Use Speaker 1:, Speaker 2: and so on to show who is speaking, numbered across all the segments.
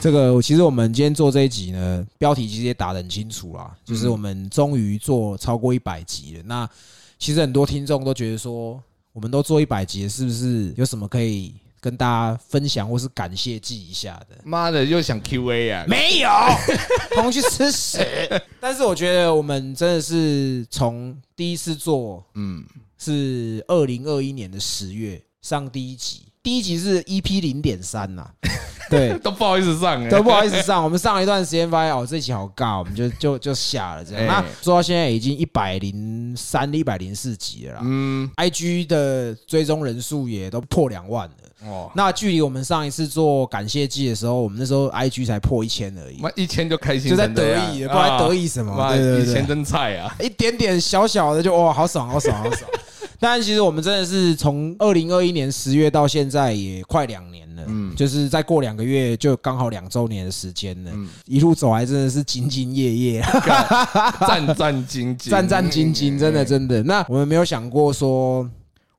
Speaker 1: 这个其实我们今天做这一集呢，标题其实也打得很清楚啦，就是我们终于做超过一百集了。那其实很多听众都觉得说，我们都做一百集了，是不是有什么可以跟大家分享或是感谢记一下的？
Speaker 2: 妈的，又想 QA 啊！
Speaker 1: 没有，同去吃屎。但是我觉得我们真的是从第一次做
Speaker 2: 嗯，
Speaker 1: 是二零二一年的十月上第一集，第一集是 EP 零点三呐，对，
Speaker 2: 都不好意思上哎、
Speaker 1: 都不好意思上。我们上一段时间发现哦，这一期好尬，我们就就就下了这样。那
Speaker 2: 哎
Speaker 1: 说到现在已经一百零三、一百零四集了啦。
Speaker 2: 嗯，
Speaker 1: IG 的追踪人数也都破两万了，
Speaker 2: 哦，
Speaker 1: 那距离我们上一次做感谢季的时候，我们那时候 IG 才破一千而已。
Speaker 2: 妈一千就开心
Speaker 1: 就
Speaker 2: 成这
Speaker 1: 在
Speaker 2: 样，
Speaker 1: 得意了，不然得
Speaker 2: 啊
Speaker 1: 意什么？
Speaker 2: 妈
Speaker 1: 对对
Speaker 2: 一
Speaker 1: 对
Speaker 2: 千真菜 啊！
Speaker 1: 一点点小小的就哇，好爽，好爽，好 爽。但其实我们真的是从二零二一年十月到现在也快两年了，嗯，就是再过两个月就刚好两周年的时间了，一路走来真的是兢兢业 业，
Speaker 2: 战战兢兢，
Speaker 1: 战战兢兢，真的真的。那我们没有想过说，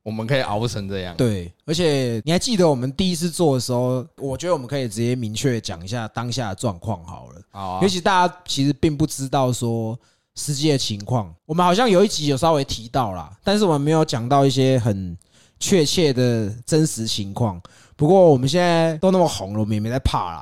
Speaker 2: 我们可以熬成这样。
Speaker 1: 对，而且你还记得我们第一次做的时候，我觉得我们可以直接明确讲一下当下的状况好了。
Speaker 2: 好啊
Speaker 1: 尤，其大家其实并不知道说实际的情况。我们好像有一集有稍微提到啦，但是我们没有讲到一些很确切的真实情况。不过我们现在都那么红了，我们也没在怕啦。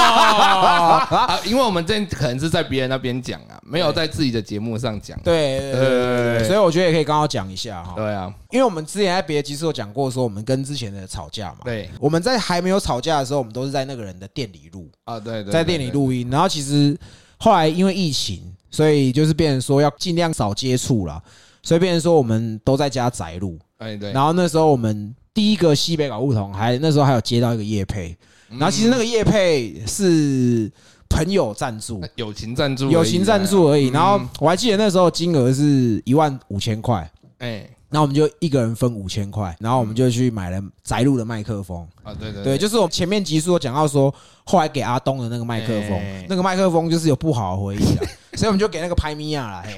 Speaker 2: 啊，因为我们这可能是在别人那边讲啊，没有在自己的节目上讲。
Speaker 1: 对对对对对，
Speaker 2: 对
Speaker 1: 所以我觉得也可以刚好讲一下哈，
Speaker 2: 对啊，
Speaker 1: 因为我们之前在别的集数有讲过，说我们跟之前的吵架嘛，，
Speaker 2: 对
Speaker 1: 我们在还没有吵架的时候，我们都是在那个人的店里录，
Speaker 2: 啊，对对，
Speaker 1: 在店里录音，然后其实后来因为疫情，所以就是变成说要尽量少接触啦，所以变成说我们都在家宅录。
Speaker 2: 对，哎对，
Speaker 1: 然后那时候我们第一个西北搞不同，还那时候还有接到一个叶配，
Speaker 2: 嗯
Speaker 1: 然后其实那个叶配是朋友赞助，
Speaker 2: 友情赞助而已啊，
Speaker 1: 友情赞助而已。然后我还记得那时候金额是一万五千块，
Speaker 2: 哎
Speaker 1: 那我们就一个人分五千块，然后我们就去买了宅录的麦克风。
Speaker 2: 啊，对对
Speaker 1: 对，就是我们前面集数有讲到说，后来给阿东的那个麦克风
Speaker 2: 哎，
Speaker 1: 那个麦克风就是有不好的回忆 啊，所以我们就给那个拍米亚啦。嘿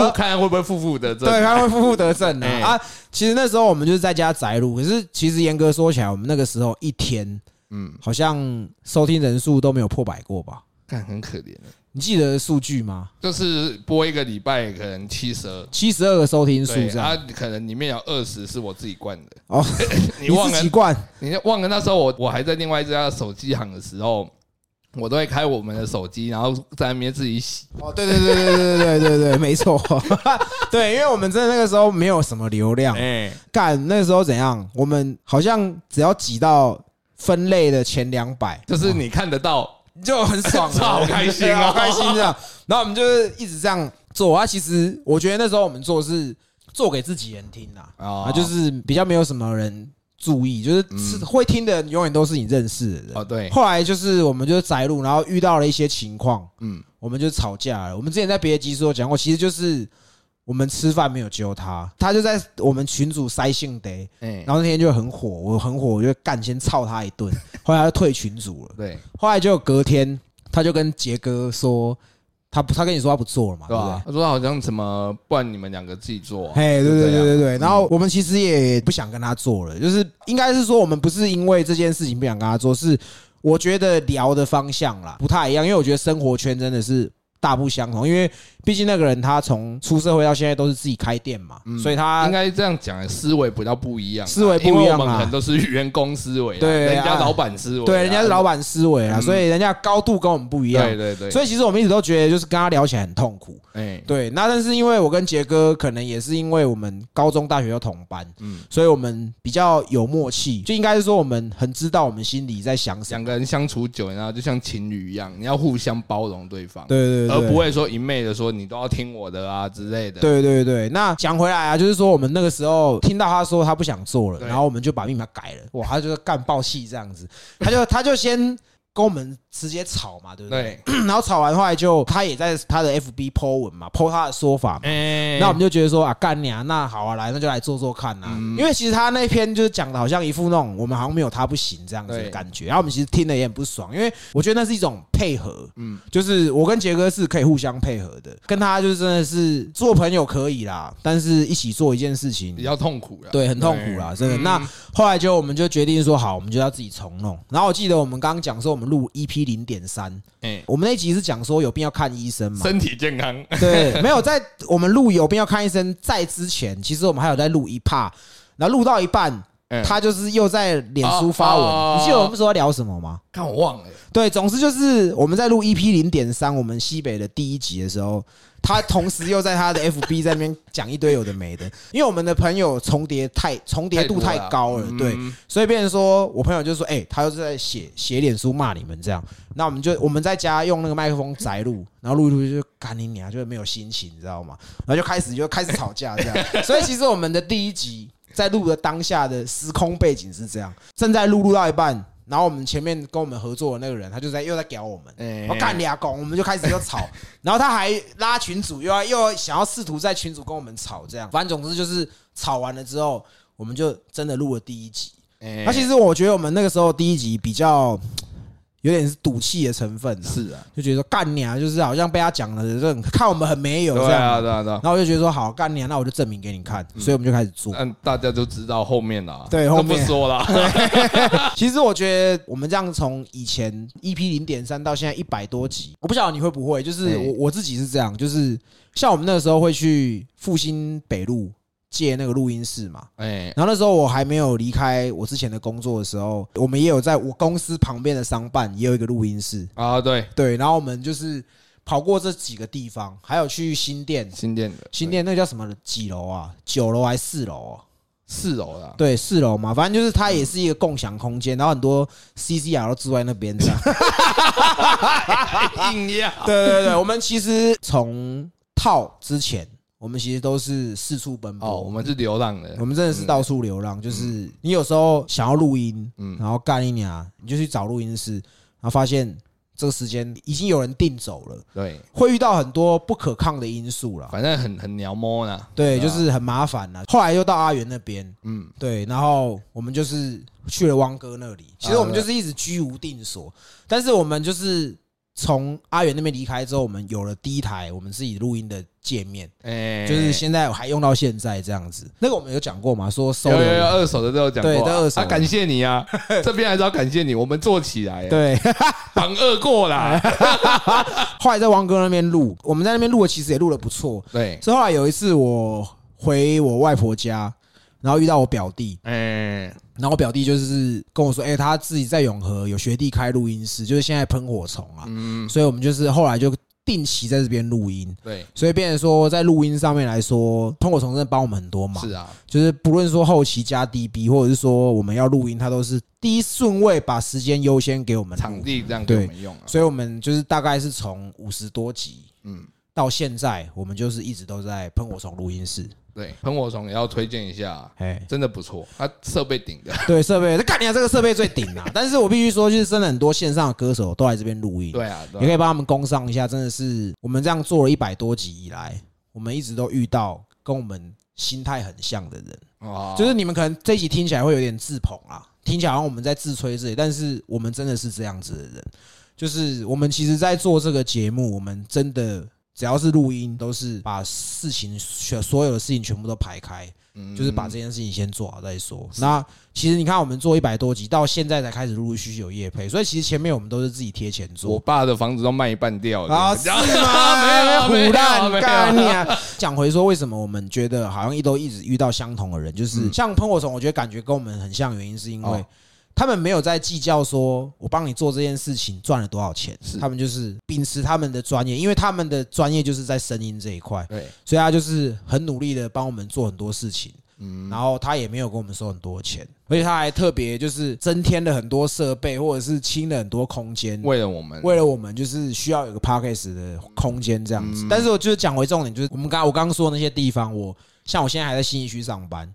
Speaker 2: 付 看会不会负负得正？
Speaker 1: 对，他会负负得正
Speaker 2: 哎
Speaker 1: 啊。啊，其实那时候我们就是在家宅录，可是其实严格说起来，我们那个时候一天
Speaker 2: 嗯，
Speaker 1: 好像收听人数都没有破百过吧？
Speaker 2: 看很可怜，
Speaker 1: 你记得数据吗？
Speaker 2: 就是播一个礼拜可能七十二。
Speaker 1: 七十二个收听数
Speaker 2: 对，
Speaker 1: 这
Speaker 2: 它
Speaker 1: 样
Speaker 2: 可能里面有二十是我自己灌的，
Speaker 1: 哦，
Speaker 2: 你忘了
Speaker 1: 自己灌
Speaker 2: 你忘了那时候我我还在另外一家手机行的时候，我都会开我们的手机，然后在那边自己洗。
Speaker 1: 哦，对对对对对对对对，没错， 对，因为我们真的那个时候没有什么流量，
Speaker 2: 哎，
Speaker 1: 干那时候怎样？我们好像只要挤到分类的前两百，
Speaker 2: 就是你看得到，
Speaker 1: 就很爽 了，
Speaker 2: 好开心
Speaker 1: 对
Speaker 2: 哦
Speaker 1: 好开心这样。然后我们就是一直这样做啊。其实我觉得那时候我们做是做给自己人听啦，
Speaker 2: 哦嗯
Speaker 1: 啊，就是比较没有什么人注意，就是是会听的人永远都是你认识的人。
Speaker 2: 哦对
Speaker 1: 后来就是我们就是宅录，然后遇到了一些情况，
Speaker 2: 嗯，
Speaker 1: 我们就吵架了。我们之前在别的集数有讲过，其实就是我们吃饭没有揪他，他就在我们群组塞性得。
Speaker 2: 哎，
Speaker 1: 然后那天就很火，我很火，我就干先操他一顿，后来他就退群组了。
Speaker 2: 对，
Speaker 1: 后来就隔天，他就跟杰哥说，他不，他跟你说他不做了嘛，
Speaker 2: 对啊
Speaker 1: 对不
Speaker 2: 吧
Speaker 1: 对？？
Speaker 2: 他说好像什么，不然你们两个自己做啊。
Speaker 1: 嘿，对对
Speaker 2: 就这
Speaker 1: 对
Speaker 2: 样
Speaker 1: 对对，然后我们其实也不想跟他做了，就是应该是说我们不是因为这件事情不想跟他做，是我觉得聊的方向啦不太一样，因为我觉得生活圈真的是大不相同，因为毕竟那个人他从出社会到现在都是自己开店嘛，所以他
Speaker 2: 嗯应该这样讲，思维比较不一样啊，
Speaker 1: 思维不一样啊
Speaker 2: 因为我们可能都是员工思维啊，
Speaker 1: 对
Speaker 2: 人家
Speaker 1: 啊
Speaker 2: 老板思维啊，嗯
Speaker 1: 对人家是老板思维啦，所以人家高度跟我们不一样，
Speaker 2: 对对对，
Speaker 1: 所以其实我们一直都觉得就是跟他聊起来很痛苦。
Speaker 2: 哎，
Speaker 1: 对，那但是因为我跟杰哥可能也是因为我们高中、大学要同班，嗯
Speaker 2: 嗯，
Speaker 1: 所以我们比较有默契，就应该是说我们很知道我们心里在想什
Speaker 2: 两
Speaker 1: 么。
Speaker 2: 个人相处久，然后就像情侣一样，你要互相包容对方，
Speaker 1: 对对对，
Speaker 2: 而不。会说一昧的说你都要听我的啊之类的。
Speaker 1: 对对对，那讲回来啊，就是说我们那个时候听到他说他不想做了，
Speaker 2: 对
Speaker 1: 然后我们就把密码改了，哇，他就是干爆气这样子， 他就他就先跟我们直接吵嘛，对不对？
Speaker 2: 对，
Speaker 1: 然后吵完后来就他也在他的 FB po 文嘛，po 他的说法嘛，
Speaker 2: 哎
Speaker 1: 那我们就觉得说啊，干你啊，那好啊，来，那就来做做看呐、
Speaker 2: 嗯
Speaker 1: 因为其实他那篇就是讲的好像一副那种我们好像没有他不行这样子的
Speaker 2: 对
Speaker 1: 感觉，然后我们其实听了也很不爽，因为我觉得那是一种配合，
Speaker 2: 嗯，
Speaker 1: 就是我跟杰哥是可以互相配合的，跟他就是真的是做朋友可以啦，但是一起做一件事情
Speaker 2: 比较嗯痛苦了，
Speaker 1: 对，很痛苦啦，真的。那后来就我们就决定说，好，我们就要自己重弄。然后我记得我们刚刚讲说，我们录 EP 零点三，
Speaker 2: 哎，
Speaker 1: 我们那集是讲说有病要看医生嘛？
Speaker 2: 身体健康，
Speaker 1: 对，没有在我们录有病要看医生在之前，其实我们还有在录一 part，然后录到一半，
Speaker 2: 嗯
Speaker 1: 他就是又在脸书发
Speaker 2: 哦
Speaker 1: 文。你记得我们说要聊什么吗？
Speaker 2: 看我忘了，
Speaker 1: 对，总之就是我们在录 EP 零点三，我们西北的第一集的时候，他同时又在他的 FB 在那边讲一堆有的没的，因为我们的朋友重叠太重叠度太高了
Speaker 2: 太，多了
Speaker 1: 对
Speaker 2: 嗯，
Speaker 1: 所以变成说我朋友就说，哎，他又是在写写脸书骂你们这样，那我们就我们在家用那个麦克风宅录，然后录一录就干你娘，就没有心情，你知道吗？然后就开始就开始吵架这样， 所以其实我们的第一集在录的当下的时空背景是这样，正在录录到一半。然后我们前面跟我们合作的那个人，他就在又在屌我们，
Speaker 2: 哎
Speaker 1: 我干你阿公，我们就开始又吵，然后他还拉群主，又要又要想要试图在群主跟我们吵，这样，反正总之就是吵完了之后，我们就真的录了第一集。
Speaker 2: 哎
Speaker 1: 那其实我觉得我们那个时候第一集比较有点是赌气的成分、啊，
Speaker 2: 是啊，
Speaker 1: 就觉得说干你啊，就是好像被他讲了，这种看我们很没有这
Speaker 2: 对啊，
Speaker 1: 样。
Speaker 2: 对啊，对啊
Speaker 1: 然。后我就觉得说好干你啊，那我就证明给你看，所以我们就开始做。
Speaker 2: 嗯，大家都知道后面啦，
Speaker 1: 对
Speaker 2: 就
Speaker 1: 后
Speaker 2: 不
Speaker 1: 面
Speaker 2: 说啦，
Speaker 1: 其实我觉得我们这样从以前 EP 零点三到现在一百多集，我不晓得你会不会，就是
Speaker 2: 嗯
Speaker 1: 我我自己是这样，就是像我们那个时候会去复兴北路借那个录音室嘛。
Speaker 2: 哎，
Speaker 1: 然后那时候我还没有离开我之前的工作的时候，我们也有在我公司旁边的商办也有一个录音室，
Speaker 2: 啊，对，
Speaker 1: 对。然后我们就是跑过这几个地方，还有去新店，
Speaker 2: 新店的
Speaker 1: 新店那个叫什么几楼啊？九楼还是四楼、啊？
Speaker 2: 四楼 啦，
Speaker 1: 对，四楼嘛，反正就是它也是一个共享空间，然后很多 CCR 都住在那边这样。
Speaker 2: 硬要
Speaker 1: 对对对，我们其实从套之前，我们其实都是四处奔波。
Speaker 2: 哦，我们是流浪的
Speaker 1: 我，们真的是到处流浪，就是你有时候想要录音，
Speaker 2: 嗯
Speaker 1: 然后干一年，你就去找录音室，然后发现这个时间已经有人订走了，
Speaker 2: 对，
Speaker 1: 会遇到很多不可抗的因素啦。
Speaker 2: 反正很很鸟摸啦，
Speaker 1: 对，啊
Speaker 2: 吧
Speaker 1: 就是很麻烦啦。后来又到阿元那边，
Speaker 2: 嗯，
Speaker 1: 对，然后我们就是去了汪哥那里。其
Speaker 2: 啊
Speaker 1: 实我们就是一直居无定所，但是我们就是从阿元那边离开之后，我们有了第一台我们自己录音的界面，
Speaker 2: 哎，
Speaker 1: 就是现在还用到现在这样子。那个我们有讲过嘛，说收
Speaker 2: 有有有
Speaker 1: 留。
Speaker 2: 二手的都有讲过啊，
Speaker 1: 对都二手
Speaker 2: 啊，感谢 你啊，这边还是要感谢你，我们做起来，，
Speaker 1: 对，
Speaker 2: 榜二过啦，
Speaker 1: 后来在汪哥那边录，我们在那边录的其实也录的不错。
Speaker 2: 对，
Speaker 1: 是后来有一次我回我外婆家，然后遇到我表弟，
Speaker 2: 哎，
Speaker 1: 然后我表弟就是跟我说，哎、他自己在永和有学弟开录音室，就是现在喷火虫啊，
Speaker 2: 嗯，
Speaker 1: 所以我们就是后来就定期在这边录音，
Speaker 2: 对，
Speaker 1: 所以变成说在录音上面来说，喷火虫真的帮我们很多忙，
Speaker 2: 是啊，
Speaker 1: 就是不论说后期加 DB，或者是说我们要录音，它都是第一顺位把时间优先给我们
Speaker 2: 场
Speaker 1: 录，
Speaker 2: 地这样给
Speaker 1: 对
Speaker 2: 我们用啊，
Speaker 1: 所以我们就是大概是从五十多集
Speaker 2: 嗯，
Speaker 1: 到现在，我们就是一直都在喷火虫录音室，
Speaker 2: 对，喷火虫也要推荐一下啊，
Speaker 1: 哎。
Speaker 2: 真的不错，它设备顶的，
Speaker 1: 对设备，干你啊！这个设备最顶啊！但是我必须说，就是真的很多线上的歌手都来这边录音，
Speaker 2: 对啊，对啊
Speaker 1: 也可以帮他们工商一下，真的是我们这样做了一百多集以来，我们一直都遇到跟我们心态很像的人，
Speaker 2: 哦
Speaker 1: 就是你们可能这一集听起来会有点自捧啦，听起来好像我们在自吹自擂，但是我们真的是这样子的人，就是我们其实在做这个节目，我们真的。只要是录音，都是把事情全所有的事情全部都排开，就是把这件事情先做好再说。那其实你看，我们做一百多集，到现在才开始陆陆续续有业配，所以其实前面我们都是自己贴钱做。
Speaker 2: 我爸的房子都卖一半掉了
Speaker 1: 啊， 是吗？没有，虎蛋干你啊！ 讲回说，为什么我们觉得好像一都一直遇到相同的人，就是像喷火虫，我觉得感觉跟我们很像，原因是因为
Speaker 2: 哦
Speaker 1: 他们没有在计较说我帮你做这件事情赚了多少钱，他们就是秉持他们的专业，因为他们的专业就是在声音这一块，
Speaker 2: 对，
Speaker 1: 所以他就是很努力的帮我们做很多事情。然后他也没有跟我们收很多钱，而且他还特别就是增添了很多设备，或者是清了很多空间，
Speaker 2: 为了我们，
Speaker 1: 为了我们就是需要有个 podcast 的空间这样
Speaker 2: 嗯
Speaker 1: 子。但是我就是讲回重点，就是我们刚我刚刚说的那些地方，我像我现在还在新一区上班，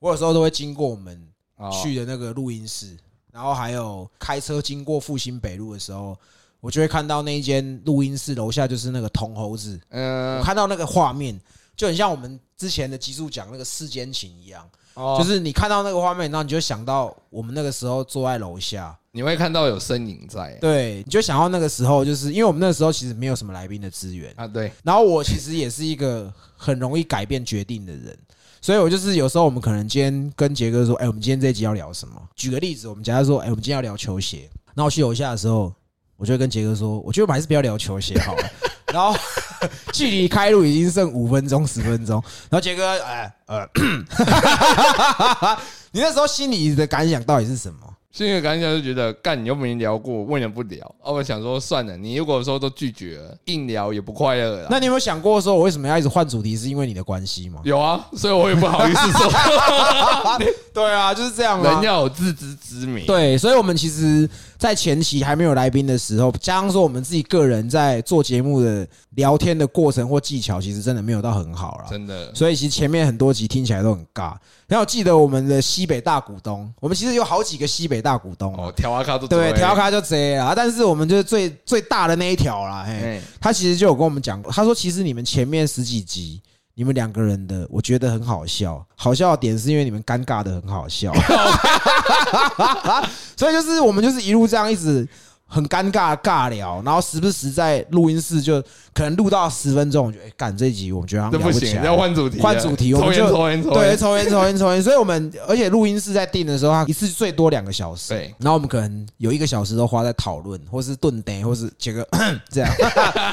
Speaker 1: 我有时候都会经过我们
Speaker 2: 哦
Speaker 1: 去的那个录音室，然后还有开车经过复兴北路的时候，我就会看到那一间录音室楼下就是那个铜猴子，
Speaker 2: 嗯
Speaker 1: 我看到那个画面。就很像我们之前的集数讲那个世间情一样，
Speaker 2: 哦，
Speaker 1: 就
Speaker 2: 就是
Speaker 1: 是你看到那个画面，然后你就想到我们那个时候坐在楼下，
Speaker 2: 你会看到有身影在
Speaker 1: 对，你就想到那个时候，就是因为我们那个时候其实没有什么来宾的资源，
Speaker 2: 啊，对，
Speaker 1: 然后我其实也是一个很容易改变决定的人，所以我就是有时候我们可能今天跟杰哥说，哎，我们今天这一集要聊什么？举个例子，我们假如说，哎，我们今天要聊球鞋，然后我去楼下的时候，我就会跟杰哥说，我觉得我们还是不要聊球鞋好了。 然后距离开路已经剩五分钟、十分钟，然后杰哥，哎呃， 你那时候心里的感想到底是什么？
Speaker 2: 心里的感想就觉得，干你又没聊过，为什么不聊？哦，我想说算了，你如果说都拒绝了，硬聊也不快乐了啦。
Speaker 1: 那你有没有想过说，我为什么要一直换主题，是因为你的关系吗？
Speaker 2: 有啊，所以我也不好意思 说，
Speaker 1: 对啊，就是这样啊。
Speaker 2: 人要有自知之明。
Speaker 1: 对，所以，我们其实，在前期还没有来宾的时候，加上说我们自己个人在做节目的聊天的过程或技巧，其实真的没有到很好啦。
Speaker 2: 真的，
Speaker 1: 所以，其实前面很多集听起来都很尬。然后，记得我们的西北大股东，我们其实有好几个西北大股东
Speaker 2: 哦
Speaker 1: 哦，，
Speaker 2: 调阿卡都
Speaker 1: 对，
Speaker 2: 对
Speaker 1: 调咖就贼啦。但是，我们就是最最大的那一条啦，嘿，
Speaker 2: 哎，
Speaker 1: 他其实就有跟我们讲过，他说其实你们前面十几集。你们两个人的，我觉得很好笑。好笑的点是因为你们尴尬的很好 笑，所以就是我们就是一路这样一直很尴尬的尬聊，然后时不时在录音室就可能录到十分钟，我觉得哎干、这集我们觉得好
Speaker 2: 这
Speaker 1: 像聊
Speaker 2: 不
Speaker 1: 起
Speaker 2: 行，要
Speaker 1: 来，
Speaker 2: 换主题了，
Speaker 1: 换主题我
Speaker 2: 抽
Speaker 1: 们
Speaker 2: 烟
Speaker 1: 就
Speaker 2: 抽烟抽
Speaker 1: 对，
Speaker 2: 烟，
Speaker 1: 抽烟抽烟抽烟，所以我们而且录音室在定的时候，它一次最多两个小时，
Speaker 2: 对，
Speaker 1: 然后我们可能有一个小时都花在讨论，或是顿呆，或是结个这 样，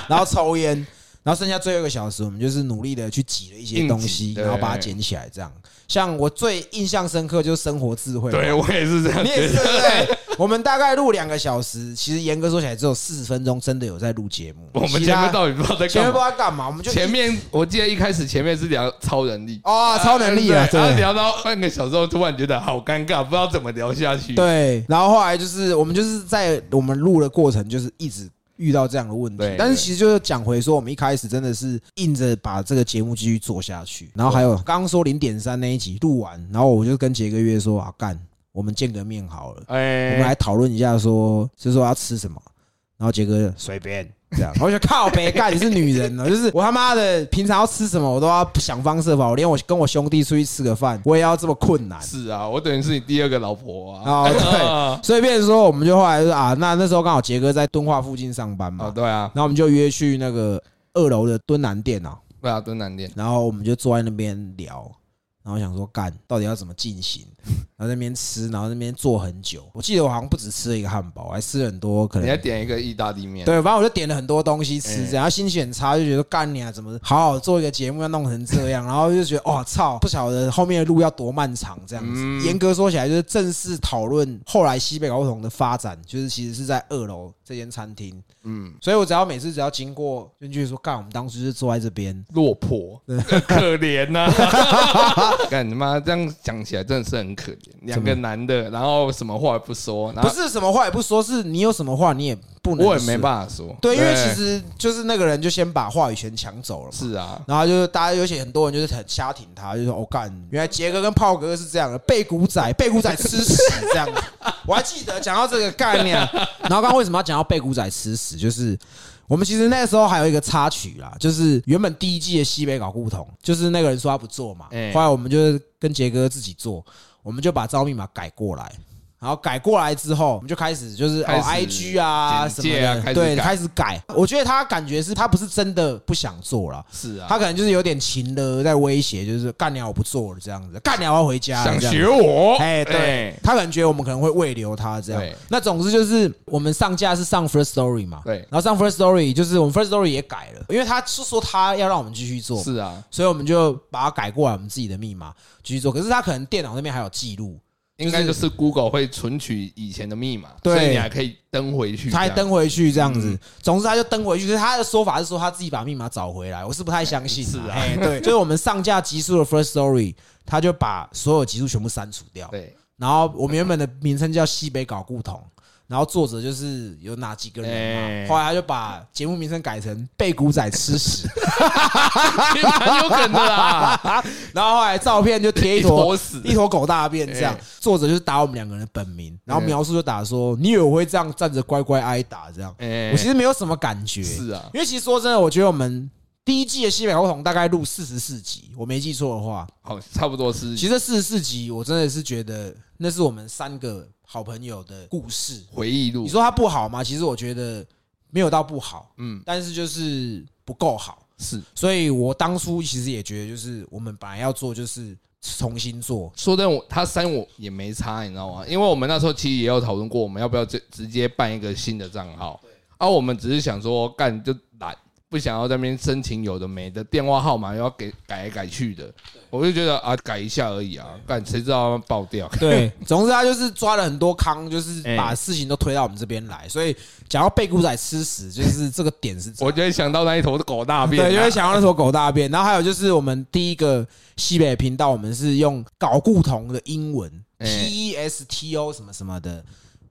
Speaker 1: 然后抽烟，然后剩下最后一个小时，我们就是努力的去挤了一些东西
Speaker 2: 硬，挤对
Speaker 1: 然后把它捡起来，这样。像我最印象深刻就是生活智慧，
Speaker 2: 对我也是这样
Speaker 1: 你也
Speaker 2: 觉
Speaker 1: 是
Speaker 2: 得。
Speaker 1: 对不对？我们大概录两个小时，其实严格说起来只有四十分钟真的有在录节目，
Speaker 2: 我们
Speaker 1: 其
Speaker 2: 前
Speaker 1: 他
Speaker 2: 面到底不知道在
Speaker 1: 前面
Speaker 2: 干
Speaker 1: 不知
Speaker 2: 嘛？
Speaker 1: 道干嘛，我们就
Speaker 2: 前面我记得一开始前面是聊超能力，
Speaker 1: 哦超能力啊，
Speaker 2: 啊，
Speaker 1: 对。
Speaker 2: 然后聊到半个小时后，突然觉得好尴尬，不知道怎么聊下去。
Speaker 1: 对，然后后来就是我们就是在我们录的过程，就是一直遇到这样的问题
Speaker 2: 对。
Speaker 1: 但是其实就是讲回说，我们一开始真的是硬着把这个节目继续做下去。然后还有刚刚说零点三那一集录完，然后我就跟杰哥约说啊，干，我们见个面好了，我们来
Speaker 2: 哎，
Speaker 1: 讨论一下说，就是说要吃什么。然后杰哥就随便这 样，我就靠北干，你是女人哦，就是我他妈的平常要吃什么我都要想方设法，我连我跟我兄弟出去吃个饭，我也要这么困 难。
Speaker 2: 是啊，我等于是你第二个老婆啊。
Speaker 1: 哦，对，
Speaker 2: 啊，
Speaker 1: 所以变成说，我们就后来就是啊，那那时候刚好杰哥在敦化附近上班嘛
Speaker 2: 哦，，对啊，
Speaker 1: 然后我们就约去那个二楼的敦南店啊，
Speaker 2: 对啊，蹲南店。
Speaker 1: 然后我们就坐在那边聊，然后想说干到底要怎么进 行，然后在那边吃，然后在那边坐很久。我记得我好像不止吃了一个汉堡，还吃了很多可
Speaker 2: 你要
Speaker 1: 能。
Speaker 2: 点一个意大利面，
Speaker 1: 对，反正我就点了很多东西
Speaker 2: 嗯
Speaker 1: 吃，这样，然后心情很差，就觉得干你啊，怎么好好做一个节目要弄成这样，然后就觉得哇操，不晓得后面的路要多漫长这样子。
Speaker 2: 嗯
Speaker 1: 严格说起来，就是正式讨论后来西北高同的发展，就是其实是在二楼这间餐厅。
Speaker 2: 嗯，
Speaker 1: 所以我只要每次只要经过，就觉得说，干，我们当时就是坐在这边，
Speaker 2: 落魄，可怜呐！ 干你妈，这样讲起来真的是很可怜。两个男的，然后什么话也不说，然
Speaker 1: 不
Speaker 2: 后
Speaker 1: 是什么话也不说，是你有什么话你也不能，
Speaker 2: 啊我也没。办法说。
Speaker 1: 对，因为其实就是那个人就先把话语权抢走了嘛。
Speaker 2: 是啊，
Speaker 1: 然后就是大家，有些很多人就是很瞎挺他，就说：“我、干，原来杰哥跟炮哥是这样的，背骨仔，背骨仔吃屎这样子。” 我还记得讲到这个概念，啊然后刚刚为什么要讲到背骨仔吃屎，就是我们其实那时候还有一个插曲啦，就是原本第一季的西北搞固同，就是那个人说他不做嘛，
Speaker 2: 哎
Speaker 1: 后来我们就是跟杰哥自己做，我们就把招密码改过来。然后改过来之后，我们就开始就是哦
Speaker 2: 开始
Speaker 1: ，IG 啊什
Speaker 2: 简
Speaker 1: 么
Speaker 2: 介啊
Speaker 1: 的，
Speaker 2: 开始
Speaker 1: 对，
Speaker 2: 改
Speaker 1: 开始改。我觉得他感觉是他不是真的不想做了，
Speaker 2: 是啊，
Speaker 1: 他可能就是有点情了，在威胁，就是干鸟我不做了这样子，干鸟我要回家了
Speaker 2: 想
Speaker 1: 啊这
Speaker 2: 学
Speaker 1: 样。
Speaker 2: 我，
Speaker 1: 哎，对，他可能觉得我们可能会喂留他这样
Speaker 2: 对。
Speaker 1: 那总之就是我们上架是上 First Story 嘛，
Speaker 2: 对
Speaker 1: 然后上 First Story 就是我们 First Story 也改了，因为他是说他要让我们继续做
Speaker 2: 哎，
Speaker 1: 嘛，
Speaker 2: 是啊，
Speaker 1: 所以我们就把它改过来，我们自己的密码继续做。可是他可能电脑那边还有记录，
Speaker 2: 应该就是 Google 会存取以前的密码，
Speaker 1: 对
Speaker 2: 所以你还可以登回去，
Speaker 1: 他还
Speaker 2: 这样
Speaker 1: 登回去这样
Speaker 2: 嗯
Speaker 1: 子。总之，他就登回去。可是他的说法是说他自己把密码找回来，我是不太相信。
Speaker 2: 是啊
Speaker 1: 嘿对， 就是我们上架集数的 First Story，他就把所有集数全部删除掉。
Speaker 2: 对，
Speaker 1: 然后我们原本的名称叫西北搞故同，然后作者就是有哪几个人嘛
Speaker 2: 哎，
Speaker 1: 后来他就把节目名称改成被古仔吃屎，
Speaker 2: 也蛮有梗的啦，
Speaker 1: 然后后来照片就贴一
Speaker 2: 一
Speaker 1: 坨
Speaker 2: 坨。屎，
Speaker 1: 一坨狗大便这样
Speaker 2: 哎，
Speaker 1: 作者就是打我们两个人的本名，然后
Speaker 2: 哎
Speaker 1: 描述就打说：“你以为我会这样站着乖乖挨打这样？”
Speaker 2: 哎
Speaker 1: 我其实没有什么感觉，
Speaker 2: 是啊，
Speaker 1: 因为其实说真的，我觉得我们第一季的西北猴童大概录四十四集，我没记错的话，
Speaker 2: 好，差不多是
Speaker 1: 其实四十四集我真的是觉得那是我们三个好朋友的故事。
Speaker 2: 回忆录
Speaker 1: 你。说它不好吗？其实我觉得没有到不好，
Speaker 2: 嗯，
Speaker 1: 但是就是不够好。
Speaker 2: 是
Speaker 1: 所以我当初其实也觉得，就是我们本来要做，就是重新做。
Speaker 2: 说真的，我他删我也没差，你知道吗？因为我们那时候其实也有讨论过，我们要不要直直接办一个新的账号。啊，我们只是想说，干就懒，不想要在那边申请有的没的电话号码，又要给改来改去的。我就觉得啊，改一下而已啊，干谁知道要爆掉？
Speaker 1: 对， 总之他就是抓了很多坑，就是
Speaker 2: 哎
Speaker 1: 把事情都推到我们这边来。所以讲到被古仔吃屎，就是这个点是
Speaker 2: 我就会想到那一头狗大便、啊，
Speaker 1: 对，就会想到那坨狗大便。然后还有就是我们第一个西北频道，我们是用搞固同的英文
Speaker 2: 哎
Speaker 1: T E S T O 什么什么的。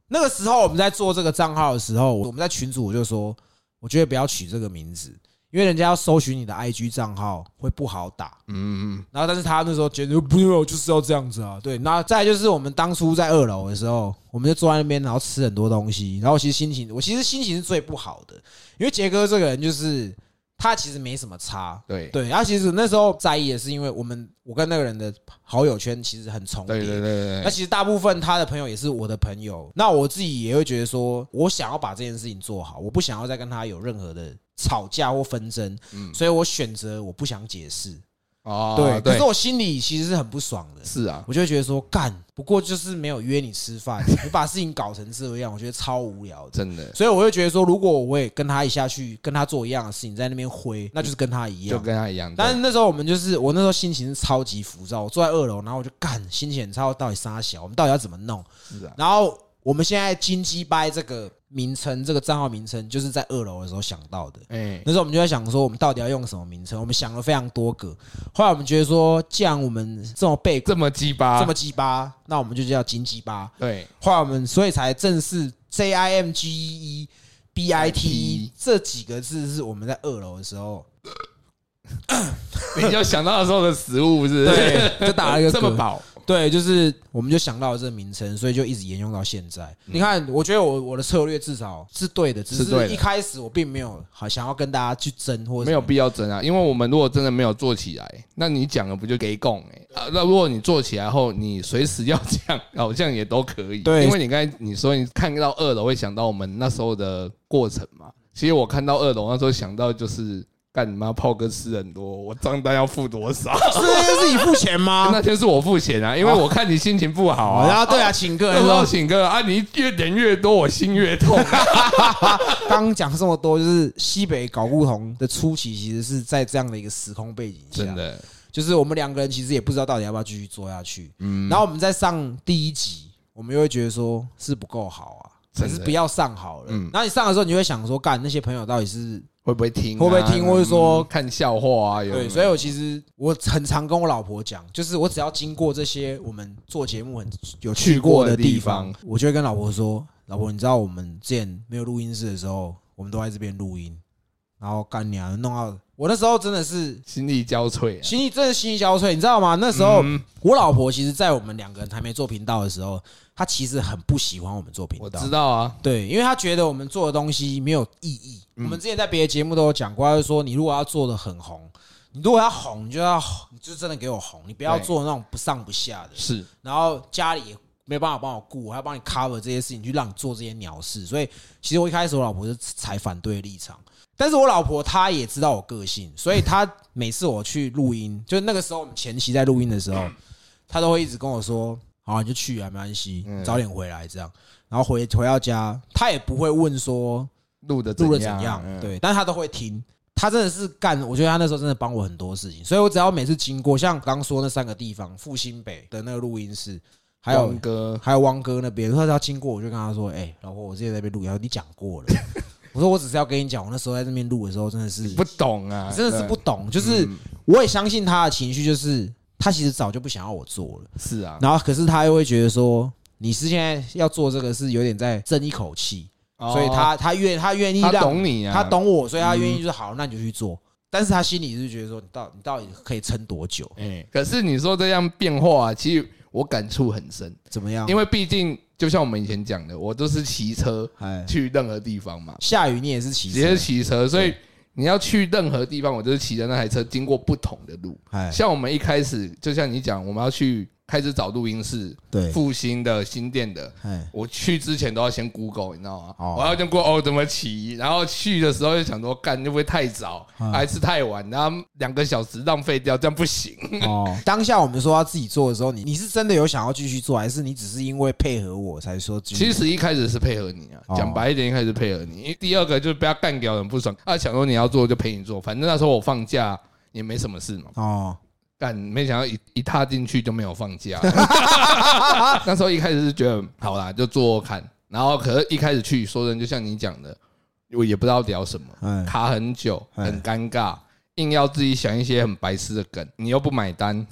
Speaker 1: 那个时候我们在做这个账号的时候，我们在群组我就说，我觉得不要取这个名字，因为人家要搜寻你的 IG 账号会不好打。
Speaker 2: 嗯，嗯，
Speaker 1: 然后，但是他那时候觉得不用，我就是要这样子啊。对，那再来就是我们当初在二楼的时候，我们就坐在那边，然后吃很多东西。然后其实心情，我其实心情是最不好的，因为杰哥这个人就是他其实没什么差。
Speaker 2: 对
Speaker 1: 对，然后其实那时候在意也是因为我们我跟那个人的好友圈其实很重叠。
Speaker 2: 对对对对
Speaker 1: 那
Speaker 2: 对，
Speaker 1: 其实大部分他的朋友也是我的朋友，那我自己也会觉得说，我想要把这件事情做好，我不想要再跟他有任何的吵架或纷争，
Speaker 2: 嗯
Speaker 1: 所以我选择我不想解释。
Speaker 2: 哦，
Speaker 1: 对，可
Speaker 2: 对
Speaker 1: 是，我心里其实是很不爽的，
Speaker 2: 是啊，
Speaker 1: 我就会觉得说干，不过就是没有约你吃 饭，你把事情搞成这样，我觉得超无聊的。
Speaker 2: 真的
Speaker 1: 所以我会觉得说，如果我也跟他一下去，跟他做一样的事情，在那边挥，那就是跟他一
Speaker 2: 就
Speaker 1: 样。
Speaker 2: 跟他一样，
Speaker 1: 但
Speaker 2: 但
Speaker 1: 是那时候我们就是，我那时候心情是超级浮躁，我坐在二楼，然后我就干，心情很差，到底啥小，我们到底要怎么弄？
Speaker 2: 是啊，
Speaker 1: 然后我们现在金鸡掰这个名称，这个账号名称，就是在二楼的时候想到的。
Speaker 2: 哎，
Speaker 1: 那时候我们就在想说，我们到底要用什么名称？我们想了非常多个，后来我们觉得说，既然我们这么被
Speaker 2: 这么鸡巴，
Speaker 1: 这么鸡巴，那我们就叫金鸡巴。
Speaker 2: 对，
Speaker 1: 后来我们所以才正式 J I M G E E B I T E 这几个字是我们在二楼的时候，
Speaker 2: 你就想到的时候的食物是，
Speaker 1: 对，就打了一个
Speaker 2: 这么
Speaker 1: 嗝
Speaker 2: 饱，
Speaker 1: 对，就是我们就想到了这个名称，所以就一直沿用到现在。你看，我觉得我我的策略至少是对的，只
Speaker 2: 嗯是对
Speaker 1: 是
Speaker 2: 的
Speaker 1: 一开始我并没有好想要跟大家去争，或者
Speaker 2: 没有必要争啊，因为我们如果真的没有做起来，那你讲的不就给供哎？啊，那如果你做起来后，你随时要讲， 好像也都可以。
Speaker 1: 对
Speaker 2: 因为你刚才你说你看到二楼会想到我们那时候的过程嘛，其实我看到二楼那时候想到就是。干你妈！炮哥吃很多，我账单要付多 少？
Speaker 1: 是是你付钱 吗？
Speaker 2: 那天是我付钱啊，因为我看你心情不好
Speaker 1: 好，然
Speaker 2: 啊。
Speaker 1: 后对啊，请客
Speaker 2: 那
Speaker 1: 的
Speaker 2: 时
Speaker 1: 时
Speaker 2: 候
Speaker 1: 候
Speaker 2: 请客啊，你越点越多，我心越 痛。
Speaker 1: 刚刚讲这么多，就是西北搞不同的初期，其实是在这样的一个时空背景下，
Speaker 2: 真，的，
Speaker 1: 就是我们两个人其实也不知道到底要不要继续做下去。嗯，然后我们在上第一集，我们又会觉得说是不够好啊，
Speaker 2: 真
Speaker 1: 还
Speaker 2: 的
Speaker 1: 是不要上好了。
Speaker 2: 嗯
Speaker 1: 然后你上的时候，你会想说，干那些朋友到底是
Speaker 2: 会不会听啊？
Speaker 1: 会不会听或者说
Speaker 2: 嗯看笑话啊？有
Speaker 1: 对，所以我其实我很常跟我老婆讲，就是我只要经过这些我们做节目很有去过的地
Speaker 2: 去过的地
Speaker 1: 方，我就会跟老婆说：“老婆，你知道我们之前没有录音室的时候，我们都在这边录音，然后干娘弄到我那时候真的是
Speaker 2: 心力交瘁啊。
Speaker 1: 心力真的心力交瘁，你知道吗？那时候我老婆其实，在我们两个人还没做频道的时候，她其实很不喜欢我们做频
Speaker 2: 我
Speaker 1: 道
Speaker 2: 知。道啊，
Speaker 1: 对，因为她觉得我们做的东西没有意义。我们之前在别的节目都有讲过，她就说你如果要做的很红，你如果要红，你就要红你就真的给我红，你不要
Speaker 2: 对
Speaker 1: 做那种不上不下的。
Speaker 2: 是
Speaker 1: 然后家里也没办法帮我顾，我还要帮你 cover 这些事情，去让你做这些鸟事。所以其实我一开始我老婆是采反对立场，但是我老婆她也知道我个性，所以她每次我去录音，就是那个时候我们前期在录音的时候，她都会一直跟我说：“好啊，你就去啊，没关系，早点回来这样。”然后回回到家，她也不会问说
Speaker 2: 录的
Speaker 1: 录的怎
Speaker 2: 怎
Speaker 1: 样，
Speaker 2: 嗯，
Speaker 1: 对，但是他都会听。他真的是干，我觉得他那时候真的帮我很多事情，所以我只要每次经过，像刚说那三个地方，复兴北的那个录音室，还有
Speaker 2: 光哥
Speaker 1: 还有汪哥那边，他只要经过，我就跟他说：“哎，老婆，我之前在那边录，然后你讲过了。”我说：“我只是要跟你讲，我那时候在那边录的时候，真的是
Speaker 2: 不懂啊，
Speaker 1: 真的是不
Speaker 2: 对嗯
Speaker 1: 懂，就是我也相信他的情绪，就是他其实早就不想要我做了，
Speaker 2: 是啊，
Speaker 1: 然后可是他又会觉得说，你是现在要做这个是有点在争一口气，
Speaker 2: 哦
Speaker 1: 所以他他愿他愿意
Speaker 2: 他
Speaker 1: 让
Speaker 2: 懂你啊，
Speaker 1: 他，懂我，所以他愿意就是好，那你就去做。但是他心里是觉得说，你到你到底可以撑多久？
Speaker 2: 哎，可是你说这样变化啊，其实我感触很深，
Speaker 1: 怎么样？
Speaker 2: 因
Speaker 1: 为
Speaker 2: 为毕竟就像我们以前讲的，我都是骑车
Speaker 1: 哎，
Speaker 2: 去任何地方嘛，
Speaker 1: 下雨你也是骑
Speaker 2: 直接
Speaker 1: 车，
Speaker 2: 骑车，所以你要去任何地方，我就是骑着那台车经过不同的路。
Speaker 1: 哎，
Speaker 2: 像我们一开始，就像你讲，我们要去开始找录音室，
Speaker 1: 对，
Speaker 2: 复兴的、新店的，
Speaker 1: 哎，
Speaker 2: 我去之前都要先 Google，你知道吗？
Speaker 1: 哦
Speaker 2: 我要先 Google 哦怎么骑，然后去的时候就想说，干会不会太早，
Speaker 1: 嗯
Speaker 2: 还是太晚？然后两个小时浪费掉，这样不行。
Speaker 1: 哦，当下我们说要自己做的时候，你你是真的有想要继续做，还是你只是因为配合我才说继续？
Speaker 2: 其实一开始是配合你
Speaker 1: 哦
Speaker 2: 啊，讲白一点，一开始配合你。第二个就是被他干掉很不爽，啊，想说你要做就陪你做，反正那时候我放假也没什么事嘛。
Speaker 1: 哦，
Speaker 2: 但没想到一一踏进去就没有放假。 那时候一开始是觉得好啦，就做做看。然后可是一开始去，说真的，就像你讲的，我也不知道聊什么，
Speaker 1: 哎，
Speaker 2: 卡很久，
Speaker 1: 哎
Speaker 2: 很尴尬，硬要自己想一些很白痴的梗，你又不买单，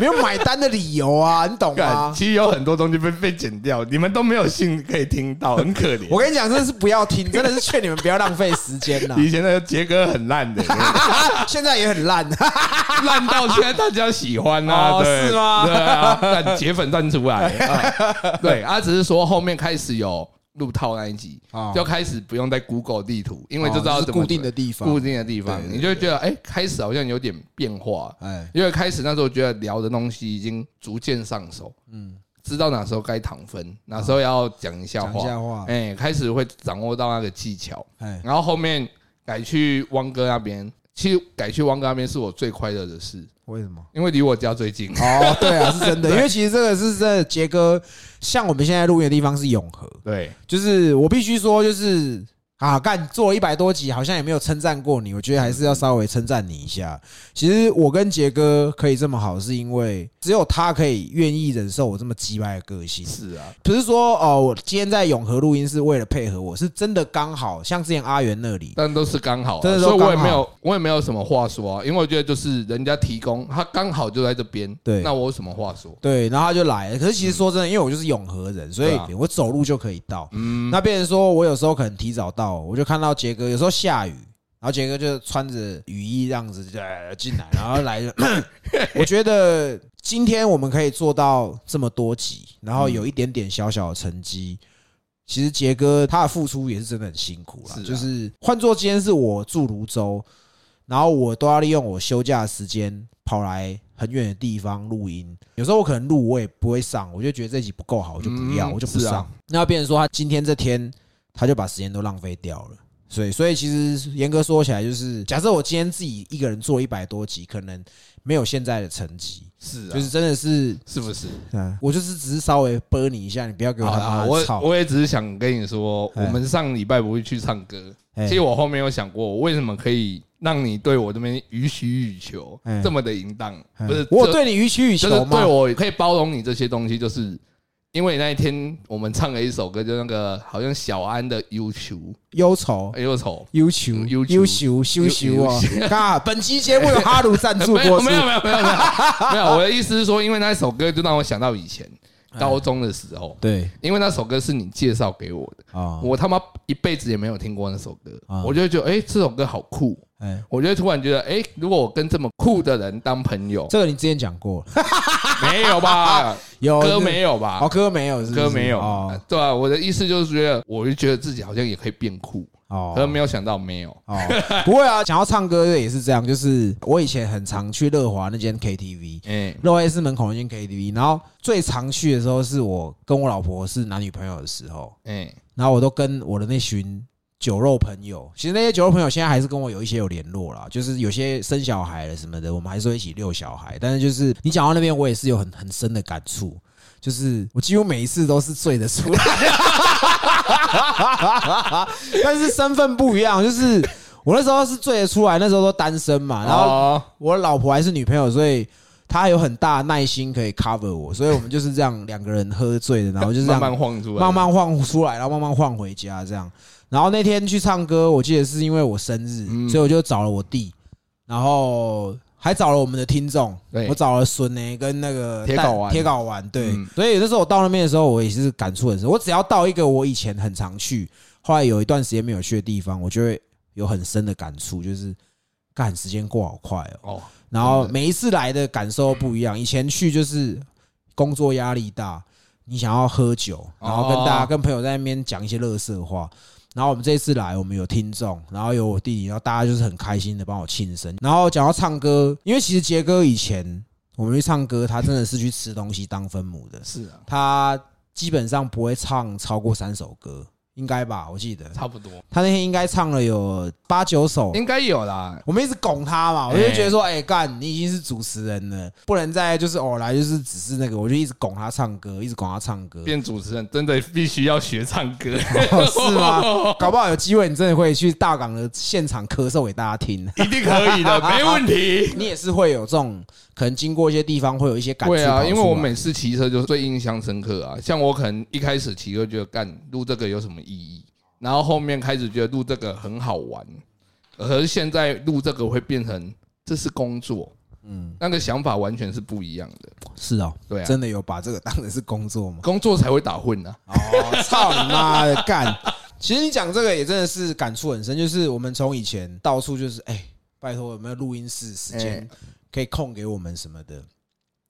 Speaker 1: 没有买单的理由啊，你懂
Speaker 2: 干
Speaker 1: 吗？
Speaker 2: 其实有很多东西被被剪掉，你们都没有幸可以听到，很可怜
Speaker 1: 我。跟你讲，真的是不要听，真的是劝你们不要浪费时间呐。
Speaker 2: 以前的杰哥很烂的，
Speaker 1: 现在也很烂，
Speaker 2: 烂到现在大家喜欢啊，
Speaker 1: 哦
Speaker 2: 对
Speaker 1: 是吗
Speaker 2: 对啊，但铁粉站出来， 啊对，他只是说后面开始有路套那一集
Speaker 1: 哦，
Speaker 2: 就开始不用再 Google 地图，因为就知
Speaker 1: 哦
Speaker 2: 道
Speaker 1: 是
Speaker 2: 怎么
Speaker 1: 固定的地方
Speaker 2: 固。定的地方
Speaker 1: 对，对
Speaker 2: 你就会觉得哎，开始好像有点变化，
Speaker 1: 哎，
Speaker 2: 因为开始那时候觉得聊的东西已经逐渐上手，嗯，知道哪时候该躺分，哪时候要讲一下
Speaker 1: 哦讲一
Speaker 2: 话
Speaker 1: 下，话，
Speaker 2: 哎，开始会掌握到那个技巧。
Speaker 1: 哎，
Speaker 2: 然后后面改去汪哥那边，其实改去汪哥那边是我最快乐的事，
Speaker 1: 为什么？
Speaker 2: 因为离我家最近。
Speaker 1: 哦，对啊，是真的，因为其实这个是真的，杰哥，像我们现在录音的地方是永和，
Speaker 2: 对，
Speaker 1: 就是我必须说，就是啊，干做了一百多集，好像也没有称赞过你，我觉得还是要稍微称赞你一下。其实我跟杰哥可以这么好，是因为只有他可以愿意忍受我这么鸡掰的个性。
Speaker 2: 是啊，
Speaker 1: 不是说哦，我今天在永和录音是为了配合我，是真的刚好，像之前阿元那里，
Speaker 2: 但都是刚好啊、
Speaker 1: 真的都
Speaker 2: 所以我也
Speaker 1: 刚好
Speaker 2: 没有，我也没有什么话说啊，因为我觉得就是人家提供，他刚好就在这边，
Speaker 1: 对
Speaker 2: 那我有什么话说？
Speaker 1: 对，然后他就来了。可是其实说真的，因为我就是永和人，所
Speaker 2: 对啊
Speaker 1: 以我走路就可以到。
Speaker 2: 嗯，
Speaker 1: 那变成说我有时候可能提早到，我就看到杰哥，有时候下雨，然后杰哥就穿着雨衣这样子呃进来，然后来 就， 我觉得今天我们可以做到这么多集，然后有一点点小小的成绩。其实杰哥他的付出也是真的很辛苦啦
Speaker 2: 是，啊
Speaker 1: 就是换做今天是我住泸州，然后我都要利用我休假的时间跑来很远的地方录音。有时候我可能录我也不会上，我就觉得这集不够好，我就不要，
Speaker 2: 嗯
Speaker 1: 我就不
Speaker 2: 是啊
Speaker 1: 上。那变成说他今天这天他就把时间都浪费掉了。所以，所以其实严格说起来，就是假设我今天自己一个人做一百多集，可能没有现在的成绩，
Speaker 2: 是啊，
Speaker 1: 就是真的是，
Speaker 2: 是不是？
Speaker 1: 嗯，我就是只是稍微拨你一下，你不要给我
Speaker 2: 好
Speaker 1: 他
Speaker 2: 啦，
Speaker 1: 妈
Speaker 2: 啊我
Speaker 1: 的操。
Speaker 2: 我也只是想跟你说，我
Speaker 1: 哎
Speaker 2: 们上礼拜不是去唱歌，
Speaker 1: 哎
Speaker 2: 其实我后面有想过，我为什么可以让你对我这边予取予求
Speaker 1: 哎，
Speaker 2: 这么的淫荡？
Speaker 1: 嗯
Speaker 2: 不是
Speaker 1: 我
Speaker 2: 这
Speaker 1: 对你予取予
Speaker 2: 就
Speaker 1: 求
Speaker 2: 是
Speaker 1: 嘛
Speaker 2: 对，我可以包容你这些东西，就是因为那一天我们唱了一首歌，就那个好像小安的《忧愁》，
Speaker 1: 忧愁。
Speaker 2: 哎，忧愁。
Speaker 1: 优秀
Speaker 2: 嗯，忧愁
Speaker 1: 优秀，羞羞啊！ 嘎，本期节目有哈鲁赞助
Speaker 2: 没有
Speaker 1: 播出
Speaker 2: 没，有没有没有没有没有，我的意思是说，因为那首歌就让我想到以 前
Speaker 1: 哎
Speaker 2: 高中的时候，
Speaker 1: 对
Speaker 2: 因为那首歌是你介绍给我的，
Speaker 1: 啊，
Speaker 2: 我他妈一辈子也没有听过那首歌
Speaker 1: 啊，
Speaker 2: 我就觉得哎、这首歌好酷，
Speaker 1: 哎，
Speaker 2: 我就突然觉得哎、如果我跟这么酷的人当朋友，
Speaker 1: 这个你之前讲过，
Speaker 2: 没有吧？
Speaker 1: 有
Speaker 2: 歌没有吧？
Speaker 1: 哦，歌没有，是不是
Speaker 2: 歌没有，
Speaker 1: 哦
Speaker 2: 对啊，我的意思就是觉得，我就觉得自己好像也可以变酷，
Speaker 1: 哦，
Speaker 2: 可是没有想到没有。
Speaker 1: 哦，不会啊，想要唱歌的也是这样，就是我以前很常去乐华那间 KTV，
Speaker 2: 哎，
Speaker 1: 乐华夜市门口那间 KTV，然后最常去的时候是我跟我老婆是男女朋友的时候，
Speaker 2: 哎，
Speaker 1: 然后我都跟我的那群酒肉朋友，其实那些酒肉朋友现在还是跟我有一些有联络啦，就是有些生小孩了什么的，我们还是会一起遛小孩，但是就是你讲到那边，我也是有很很深的感触。就是我几乎每一次都是醉的出来， 但是身份不一样，就是我那时候是醉得出来，那时候都单身嘛，然后
Speaker 2: 后
Speaker 1: 我老婆还是女朋友，所以她有很大的耐心可以 cover 我，所以我们就是这样两个人喝醉的，然后就是这
Speaker 2: 慢
Speaker 1: 样
Speaker 2: 慢晃出来，
Speaker 1: 慢慢晃出来，然后慢慢晃回家这样。然后那天去唱歌，我记得是因为我生日，
Speaker 2: 嗯
Speaker 1: 所以我就找了我弟，然后还找了我们的听众
Speaker 2: 对，
Speaker 1: 我找了孙呢跟那个
Speaker 2: 铁
Speaker 1: 蛋
Speaker 2: 睾丸
Speaker 1: 铁睾丸，对
Speaker 2: 嗯。
Speaker 1: 所以那时候我到那边的时候，我也是感触很深。我只要到一个我以前很常去，后来有一段时间没有去的地方，我就会有很深的感触，就是干时间过好快哦。
Speaker 2: 哦，
Speaker 1: 然后
Speaker 2: 真的
Speaker 1: 每一次来的感受不一样。以前去就是工作压力大，你想要喝酒，然后跟大家、
Speaker 2: 哦
Speaker 1: 跟朋友在那边讲一些乐色话。然后我们这一次来，我们有听众，然后有我弟弟，然后大家就是很开心的帮我庆生。然后讲到唱歌，因为其实杰哥以前我们去唱歌，他真的是去吃东西当分母的，
Speaker 2: 是啊，
Speaker 1: 他基本上不会唱超过三首歌，应该吧？我记得
Speaker 2: 差不多
Speaker 1: 他那天应该唱了有八九首。
Speaker 2: 应该有啦。
Speaker 1: 我们一直拱他嘛，我就觉得说，哎、干，你已经是主持人了，不能再就是哦来就是只是那个，我就一直拱他唱歌，一直拱他唱歌，
Speaker 2: 变主持人真的必须要学唱歌，
Speaker 1: 哦是吗？搞不好有机会，你真的会去大港的现场咳嗽给大家 听。
Speaker 2: 一定可以的，没问题。
Speaker 1: 你也是会有这种，可能经过一些地方会有一些感触
Speaker 2: 对
Speaker 1: 跑
Speaker 2: 啊，
Speaker 1: 出来。
Speaker 2: 因为我每次骑车就最印象深刻啊。像我可能一开始骑车觉得干录这个有什么意义，然后后面开始觉得录这个很好玩，可是现在录这个会变成这是工作，嗯，那个想法完全是不一样的。
Speaker 1: 是哦，
Speaker 2: 对啊
Speaker 1: 真的有把这个当成是工作吗？
Speaker 2: 工作才会打混啊。
Speaker 1: 哦，操你妈的 干！其实你讲这个也真的是感触很深，就是我们从以前到处就是，哎、拜托有没有录音室时间
Speaker 2: 哎
Speaker 1: 可以空给我们什么的，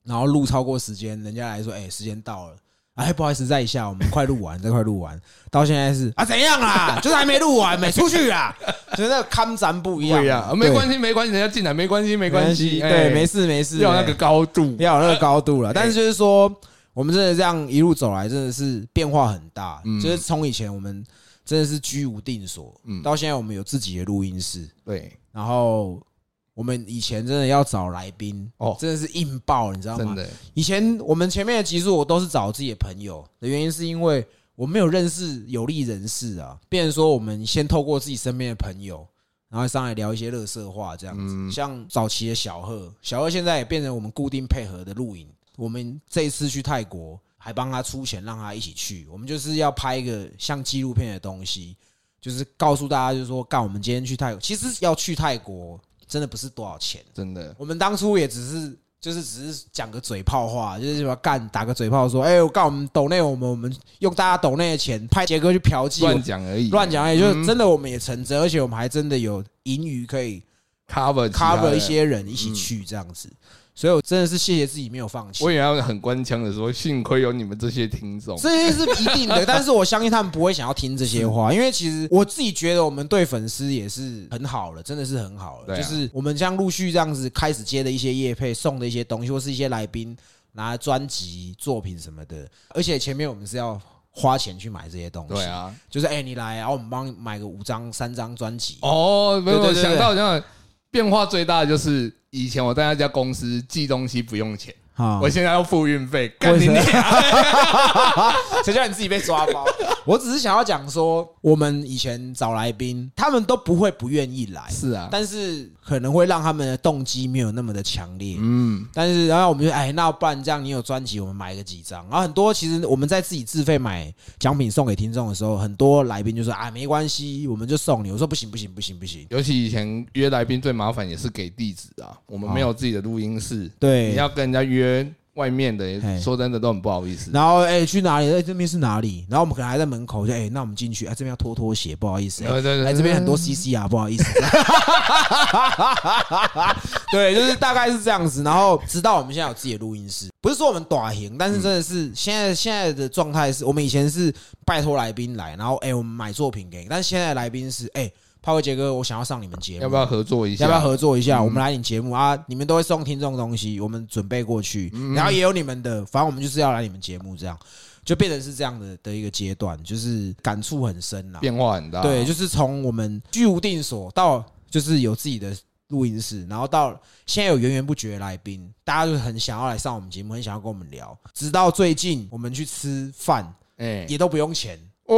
Speaker 1: 然后录超过时间，人家来说，哎、时间到了。哎，不好意思，再一下，我们快录完， 再快录完，到现在是啊， 怎样啦？就是还没录完，没出去啦， 就是那个看咱不一样
Speaker 2: 对呀、
Speaker 1: 嘛，
Speaker 2: 啊，没关
Speaker 1: 系，
Speaker 2: 系，没关系，人家进来没关系，没
Speaker 1: 没
Speaker 2: 关系，哎
Speaker 1: 对，没事没事，哎
Speaker 2: 要有那个高度。
Speaker 1: 要有那个高度了。但是就是说，我们真的这样一路走来，真的是变化很大。
Speaker 2: 嗯
Speaker 1: 就是从以前我们真的是居无定所，
Speaker 2: 嗯
Speaker 1: 到现在我们有自己的录音室，
Speaker 2: 对，
Speaker 1: 然后我们以前真的要找来宾，
Speaker 2: 哦
Speaker 1: 真的是硬爆，你知道
Speaker 2: 真
Speaker 1: 吗？
Speaker 2: 的
Speaker 1: 以前我们前面的集数我都是找自己的朋友的原因，是因为我没有认识有利人士啊，变成说我们先透过自己身边的朋友。然后上来聊一些乐色话，这样子，
Speaker 2: 嗯
Speaker 1: 像早期的小贺，小贺现在也变成我们固定配合的录影。我们这一次去泰国，还帮他出钱让他一起去，我们就是要拍一个像纪录片的东西，就是告诉大家，就是说，干，我们今天去泰国，其实要去泰国真的不是多少钱，
Speaker 2: 真的，
Speaker 1: 我们当初也只是就是只是讲个嘴炮话，就是什么干打个嘴炮说，哎、我告我们抖内我们我们用大家抖内的钱派杰哥去嫖妓，
Speaker 2: 乱嗯讲而已，
Speaker 1: 乱讲，也就是真的我们也成真，而且我们还真的有盈余可以
Speaker 2: cover 其他嗯
Speaker 1: cover
Speaker 2: 的
Speaker 1: 一。些人一起去这样子，所以我真的是谢谢自己没有放弃
Speaker 2: 我。也要很官腔的说，幸亏有你们这些听众。
Speaker 1: 这些是一定 的，但是我相信他们不会想要听这些话，因为其实我自己觉得我们对粉丝也是很好了，真的是很好了。
Speaker 2: 对啊
Speaker 1: 就是我们像陆续这样子开始接的一些业配，送的一些东西，或是一些来宾拿专辑、作品什么的，而且前面我们是要花钱去买这些东西，
Speaker 2: 对，啊，
Speaker 1: 就是哎、你来，然后我们帮你买个五张、三张专辑，
Speaker 2: 哦，没有
Speaker 1: 对对对
Speaker 2: 想到，想到变化最大的就是以前我在那家公司寄东西不用钱，
Speaker 1: 啊
Speaker 2: 我现在要付运费，干
Speaker 1: 为
Speaker 2: 你娘！
Speaker 1: 谁叫你自己被抓包？我只是想要讲说，我们以前找来宾，他们都不会不愿意来，
Speaker 2: 是啊，
Speaker 1: 但是可能会让他们的动机没有那么的强烈。
Speaker 2: 嗯，
Speaker 1: 但是然后我们就哎，那不然这样，你有专辑，我们买个几张。然后很多其实我们在自己自费买奖品送给听众的时候，很多来宾就说啊，没关系，我们就送你。我说不行不行不行不行，
Speaker 2: 尤其以前约来宾最麻烦也是给地址啊，我们没有自己的录音室，你
Speaker 1: 对。
Speaker 2: 要跟人家约外面
Speaker 1: 嘿
Speaker 2: 的，说真的都很不好意思。
Speaker 1: 然后哎、去哪里？哎、这边是哪里？然后我们可能还在门口，就哎、那我们进去，哎、这边要脱拖鞋，不好意思，哎
Speaker 2: 对对对
Speaker 1: 来这边很多 CC 啊，不好意思。 对，就是大概是这样子。然后直到我们现在有自己的录音室，不是说我们短行，但是真的是现在现在的状态是我们以前是拜托来宾来，然后哎、我们买作品给你，但是现在的来宾是哎、炮哥杰哥，我想要上你们节目，
Speaker 2: 要不要合作一下？嗯
Speaker 1: 要不要合作一下？我们来你节目啊，你们都会送听众东西，我们准备过去，
Speaker 2: 嗯
Speaker 1: 然后也有你们的，反正我们就是要来你们节目，这样就变成是这样的的一个阶段，就是感触很深啦。
Speaker 2: 变化很大？
Speaker 1: 对，就是从我们居无定所到就是有自己的录音室，然后到现在有源源不绝的来宾，大家就是很想要来上我们节目，很想要跟我们聊，直到最近我们去吃饭
Speaker 2: 哎，
Speaker 1: 也都不用钱。
Speaker 2: 哦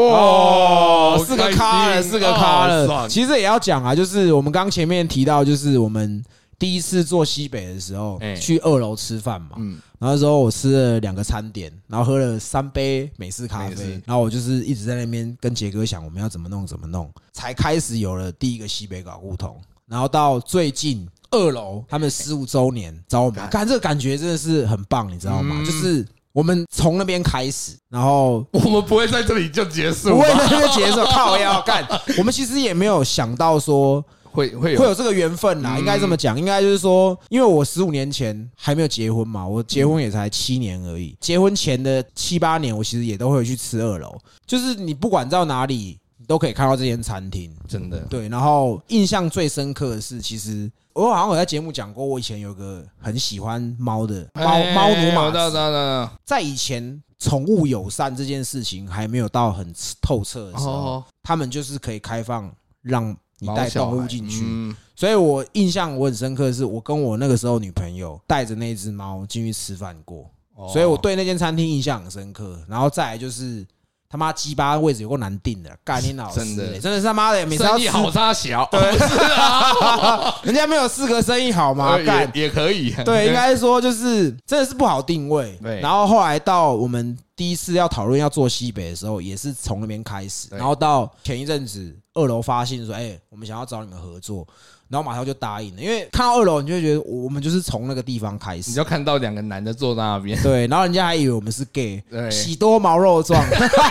Speaker 1: 哦，四个咖了，四个咖了。其实也要讲啊，就是我们刚前面提到，就是我们第一次做西北的时候，
Speaker 2: 哎
Speaker 1: 去二楼吃饭嘛。
Speaker 2: 嗯，
Speaker 1: 然后那时候我吃了两个餐点，然后喝了三杯美式咖
Speaker 2: 美
Speaker 1: 啡
Speaker 2: 式，
Speaker 1: 然后我就是一直在那边跟杰哥想我们要怎么弄怎么弄，才开始有了第一个西北搞不同。然后到最近二楼他们十五周年找我们，
Speaker 2: 干
Speaker 1: 看这个感觉真的是很棒，你知道吗？
Speaker 2: 哎嗯
Speaker 1: 就是我们从那边开始，然后
Speaker 2: 我们不会在这里就结束
Speaker 1: 不会
Speaker 2: 吧，
Speaker 1: 在那个节奏靠要干。我们其实也没有想到说
Speaker 2: 会会
Speaker 1: 会有这个缘分啦，应该这么讲，应该就是说，因为我十五年前还没有结婚嘛，我结婚也才七年而已。结婚前的七八年，我其实也都会去吃二楼，就是你不管到哪里。你都可以看到这间餐厅。
Speaker 2: 真的
Speaker 1: 对，然后印象最深刻的是，其实我好像有在节目讲过，我以前有个很喜欢猫的猫
Speaker 2: 哎
Speaker 1: 猫奴马
Speaker 2: 到
Speaker 1: 子，
Speaker 2: 到到
Speaker 1: 在以前宠物友善这件事情还没有到很透彻的时候，
Speaker 2: 哦，
Speaker 1: 他们就是可以开放让你带动物进去。
Speaker 2: 嗯
Speaker 1: 所以我印象我很深刻的是，我跟我那个时候女朋友带着那只猫进去吃饭过，
Speaker 2: 哦
Speaker 1: 嗯所以我对那间餐厅印象很深刻。然后再来就是。他妈鸡巴位置有够难定的，干你老师、
Speaker 2: 真的
Speaker 1: 欸真的是他妈的，每次要
Speaker 2: 生意
Speaker 1: 吃
Speaker 2: 好差小， 不是啊，
Speaker 1: 人家没有四个生意好吗？干
Speaker 2: 也，也可以，
Speaker 1: 对，应该说就是真的是不好定位。
Speaker 2: 对
Speaker 1: 然后后来到我们第一次要讨论要做西北的时候，也是从那边开始，
Speaker 2: 对
Speaker 1: 然后到前一阵子二楼发信说，哎，我们想要找你们合作，然后马上就答应了，因为看到二楼你就会觉得我们就是从那个地方开
Speaker 2: 你
Speaker 1: 始。
Speaker 2: 就看到两个男的坐在那边，
Speaker 1: 对，然后人家还以为我们是 gay，
Speaker 2: 对
Speaker 1: 喜多毛肉壮，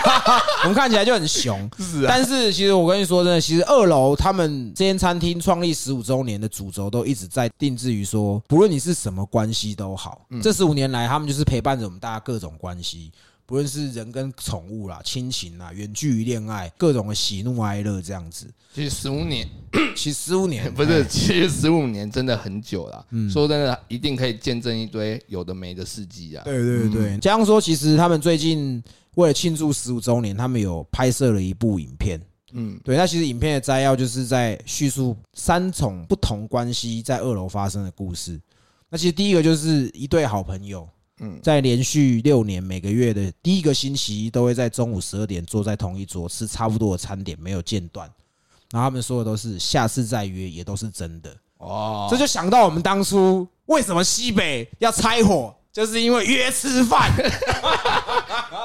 Speaker 1: 我们看起来就很熊。
Speaker 2: 是啊，
Speaker 1: 但是其实我跟你说真的，其实二楼他们这间餐厅创立十五周年的主轴都一直在定制于说，不论你是什么关系都好，
Speaker 2: 嗯
Speaker 1: 这十五年来他们就是陪伴着我们大家各种关系。不论是人跟宠物啦、亲情啦、远距离恋爱，各种的喜怒哀乐这样子，
Speaker 2: 其实十五年
Speaker 1: 其实十五年
Speaker 2: 不是，
Speaker 1: 哎嗯
Speaker 2: 其实十五年真的很久了。说真的，一定可以见证一堆有的没的事迹啊。
Speaker 1: 对对对，嗯加上说，其实他们最近为了庆祝十五周年，他们有拍摄了一部影片，
Speaker 2: 嗯，
Speaker 1: 对，那其实影片的摘要就是在叙述三种不同关系在二楼发生的故事。那其实第一个就是一对好朋友，嗯
Speaker 2: 嗯，
Speaker 1: 在连续六年每个月的第一个星期一都会在中午十二点坐在同一桌吃差不多的餐点，没有间断。然后他们说的都是下次再约，也都是真的。
Speaker 2: 哦，
Speaker 1: 这就想到我们当初为什么西北要拆伙，就是因为约吃 饭，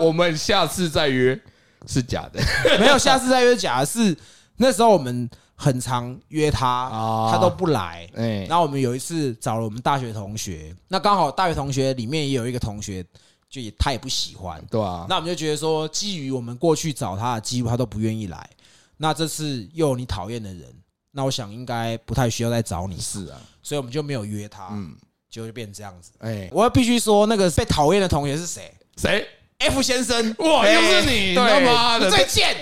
Speaker 2: 我们下次再约是假 的
Speaker 1: 没有下次再约假的是那时候我们很常约他
Speaker 2: 啊，
Speaker 1: 他都不来。
Speaker 2: 哎，
Speaker 1: 然后我们有一次找了我们大学同学，那刚好大学同学里面也有一个同学，就也他也不喜欢，
Speaker 2: 对啊，
Speaker 1: 那我们就觉得说，基于我们过去找他的记录，他都不愿意来，那这次又有你讨厌的人，那我想应该不太需要再找你，
Speaker 2: 是啊，
Speaker 1: 所以我们就没有约他，
Speaker 2: 嗯，
Speaker 1: 结果就变这样子。
Speaker 2: 哎，
Speaker 1: 我要必须说，那个被讨厌的同学是谁
Speaker 2: 谁？
Speaker 1: ？F 先生，
Speaker 2: 哇
Speaker 1: 哎
Speaker 2: 又是
Speaker 1: 对，
Speaker 2: 你他妈的
Speaker 1: 你最贱，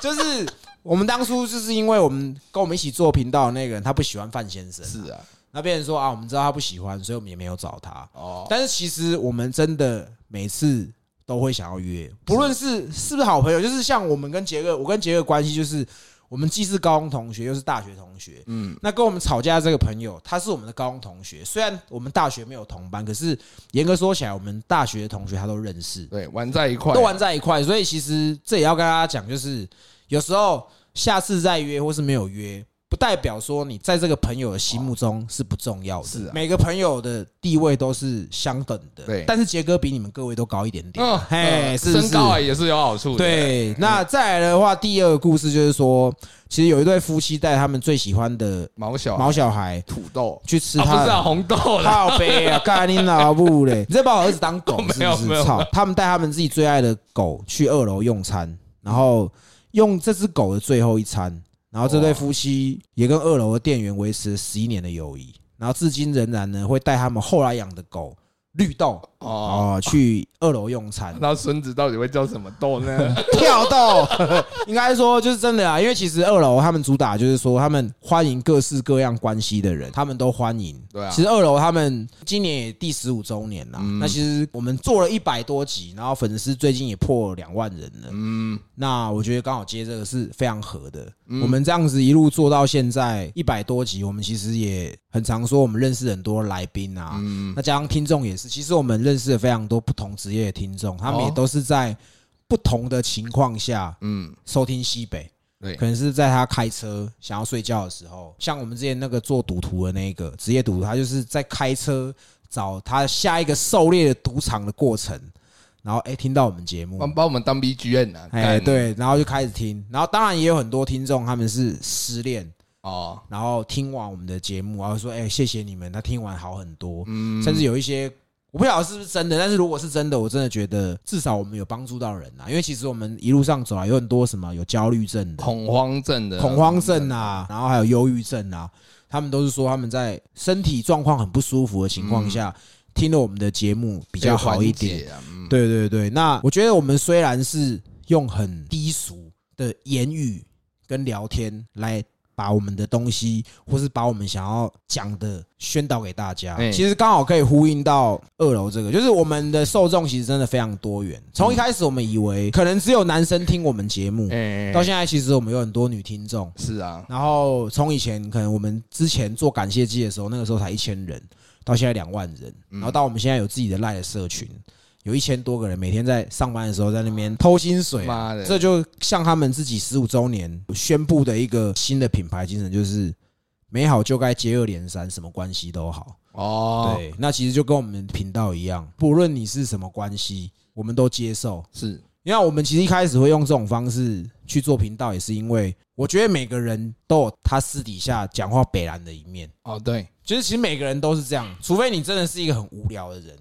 Speaker 1: 就是。我们当初就是因为我们跟我们一起做频道的那个人，他不喜欢范先生，
Speaker 2: 是啊，
Speaker 1: 那别人说啊，我们知道他不喜欢，所以我们也没有找他。
Speaker 2: 哦，
Speaker 1: 但是其实我们真的每次都会想要约，不论是是不是好朋友，就是像我们跟杰哥，我跟杰哥的关系就是我们既是高中同学，又是大学同学。
Speaker 2: 嗯，
Speaker 1: 那跟我们吵架的这个朋友，他是我们的高中同学，虽然我们大学没有同班，可是严格说起来，我们大学的同学他都认识，
Speaker 2: 对，玩在一块啊
Speaker 1: 都，玩在一块。所以其实这也要跟大家讲，就是有时候下次再约或是没有约，不代表说你在这个朋友的心目中是不重要的。
Speaker 2: 是啊
Speaker 1: 每个朋友的地位都是相等的。
Speaker 2: 对
Speaker 1: 但是杰哥比你们各位都高一点点。
Speaker 2: 嗯，
Speaker 1: 嘿，
Speaker 2: 嗯
Speaker 1: 是不
Speaker 2: 身高啊
Speaker 1: 是？
Speaker 2: 也是有好处的。
Speaker 1: 对，那再来的话，第二个故事就是说，其实有一对夫妻带他们最喜欢的
Speaker 2: 毛小
Speaker 1: 毛小孩
Speaker 2: 土豆
Speaker 1: 去吃
Speaker 2: 啊，不
Speaker 1: 他
Speaker 2: 是
Speaker 1: 的
Speaker 2: 啊，红豆 啦，
Speaker 1: 靠背啊，干你老母 嘞！你在把我儿子当狗是
Speaker 2: 没有
Speaker 1: 不
Speaker 2: 没
Speaker 1: 是？
Speaker 2: 有
Speaker 1: 操！他们带他们自己最爱的狗去二楼用餐，然后用这只狗的最后一餐，然后这对夫妻也跟二楼的店员维持了十一年的友谊，然后至今仍然呢会带他们后来养的狗绿豆
Speaker 2: 哦，
Speaker 1: 哦去二楼用餐。
Speaker 2: 那孙子到底会叫什么 豆呢？
Speaker 1: 跳到，应该说就是真的啊，因为其实二楼他们主打就是说他们欢迎各式各样关系的人，他们都欢迎。
Speaker 2: 对啊
Speaker 1: 其实二楼他们今年也第十五周年啦，
Speaker 2: 嗯
Speaker 1: 那其实我们做了一百多集，然后粉丝最近也破两万人了。
Speaker 2: 嗯，
Speaker 1: 那我觉得刚好接这个是非常合的。
Speaker 2: 嗯
Speaker 1: 我们这样子一路做到现在一百多集，我们其实也很常说我们认识很多来宾啊，
Speaker 2: 嗯
Speaker 1: 那加上听众也是，其实我们认识了非常多不同职业的听众，他们也
Speaker 2: 哦
Speaker 1: 都是在不同的情况下
Speaker 2: 嗯，
Speaker 1: 收听西北。
Speaker 2: 对
Speaker 1: 可能是在他开车想要睡觉的时候，像我们之前那个做赌徒的那个职业赌徒，他就是在开车找他下一个狩猎的赌场的过程，然后哎、听到我们节目，
Speaker 2: 帮帮我们当 BGM 啊，
Speaker 1: 哎，
Speaker 2: 干，
Speaker 1: 对，然后就开始听，然后当然也有很多听众他们是失恋，
Speaker 2: 哦，
Speaker 1: 然后听完我们的节目，然后说，哎，谢谢你们，他听完好很多，
Speaker 2: 嗯，
Speaker 1: 甚至有一些我不晓得是不是真的，但是如果是真的，我真的觉得至少我们有帮助到人啊，因为其实我们一路上走来有很多什么有焦虑 症的、
Speaker 2: 恐慌症的
Speaker 1: 恐慌症啊，然后还有忧郁症啊，他们都是说他们在身体状况很不舒服的情况
Speaker 2: 嗯
Speaker 1: 下，听了我们的节目比
Speaker 2: 比
Speaker 1: 较好一点。
Speaker 2: 啊，嗯，
Speaker 1: 对对对，那我觉得我们虽然是用很低俗、的言语跟聊天来把我们的东西，或是把我们想要讲的宣导给大家。
Speaker 2: 哎
Speaker 1: 其实刚好可以呼应到二楼这个，就是我们的受众其实真的非常多元。从一开始我们以为可能只有男生听我们节目，嗯
Speaker 2: 哎
Speaker 1: 到现在其实我们有很多女听众。
Speaker 2: 是啊，
Speaker 1: 然后从以前可能我们之前做感谢祭的时候，那个时候才一千人，到现在两万人，
Speaker 2: 嗯
Speaker 1: 然后到我们现在有自己的赖的社群，有一千多个人，每天在上班的时候在那边偷薪水、啊，
Speaker 2: 妈的，
Speaker 1: 这就像他们自己十五周年宣布的一个新的品牌精神，就是美好就该接二连三，什么关系都好。
Speaker 2: 哦，
Speaker 1: 对，那其实就跟我们频道一样，不论你是什么关系，我们都接受。
Speaker 2: 是
Speaker 1: 因为我们其实一开始会用这种方式去做频道，也是因为我觉得每个人都有他私底下讲话北兰的一面。
Speaker 2: 哦，对，
Speaker 1: 就是其实每个人都是这样，除非你真的是一个很无聊的人，